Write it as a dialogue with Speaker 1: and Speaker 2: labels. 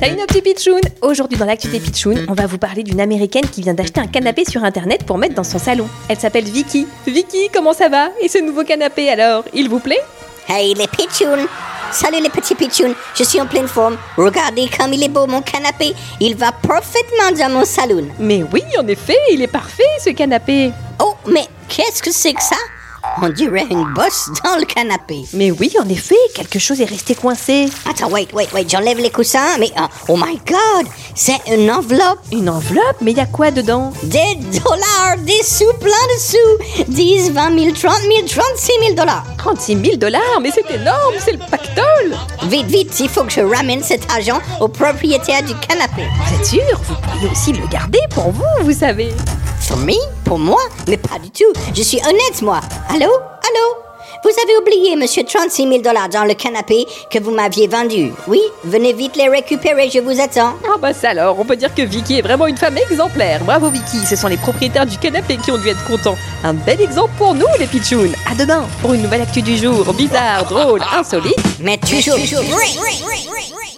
Speaker 1: Salut nos petits pitchouns Aujourd'hui dans l'actu des pitchouns, on va vous parler d'une américaine qui vient d'acheter un canapé sur internet pour mettre dans son salon. Elle s'appelle Vicky. Vicky, comment ça va Et ce nouveau canapé alors, il vous plaît
Speaker 2: Hey les pitchouns Salut les petits pitchouns, je suis en pleine forme. Regardez comme il est beau mon canapé, il va parfaitement dans mon salon.
Speaker 1: Mais oui, en effet, il est parfait ce canapé
Speaker 2: Oh, mais qu'est-ce que c'est que ça On dirait une bosse dans le canapé.
Speaker 1: Mais oui, en effet, quelque chose est resté coincé.
Speaker 2: Attends, wait, wait, wait, j'enlève les coussins, mais ah, oh my god, c'est une enveloppe.
Speaker 1: Une enveloppe Mais il y a quoi dedans
Speaker 2: Des dollars, des sous, plein de sous. 10, 20 000, 30 000, 36 000 dollars.
Speaker 1: 36 000 dollars Mais c'est énorme, c'est le pactole
Speaker 2: Vite, vite, il faut que je ramène cet argent au propriétaire du canapé.
Speaker 1: Vous êtes sûr Vous pourriez aussi le garder pour vous, vous savez.
Speaker 2: For me Pour moi Mais pas du tout. Je suis honnête, moi. Allô Allô Vous avez oublié, monsieur, 36 000 dollars dans le canapé que vous m'aviez vendu. Oui Venez vite les récupérer, je vous attends.
Speaker 1: Ah bah ça alors, on peut dire que Vicky est vraiment une femme exemplaire. Bravo Vicky, ce sont les propriétaires du canapé qui ont dû être contents. Un bel exemple pour nous les pitchouns. À demain pour une nouvelle actu du jour, bizarre, drôle, insolite.
Speaker 2: Mais toujours... toujours-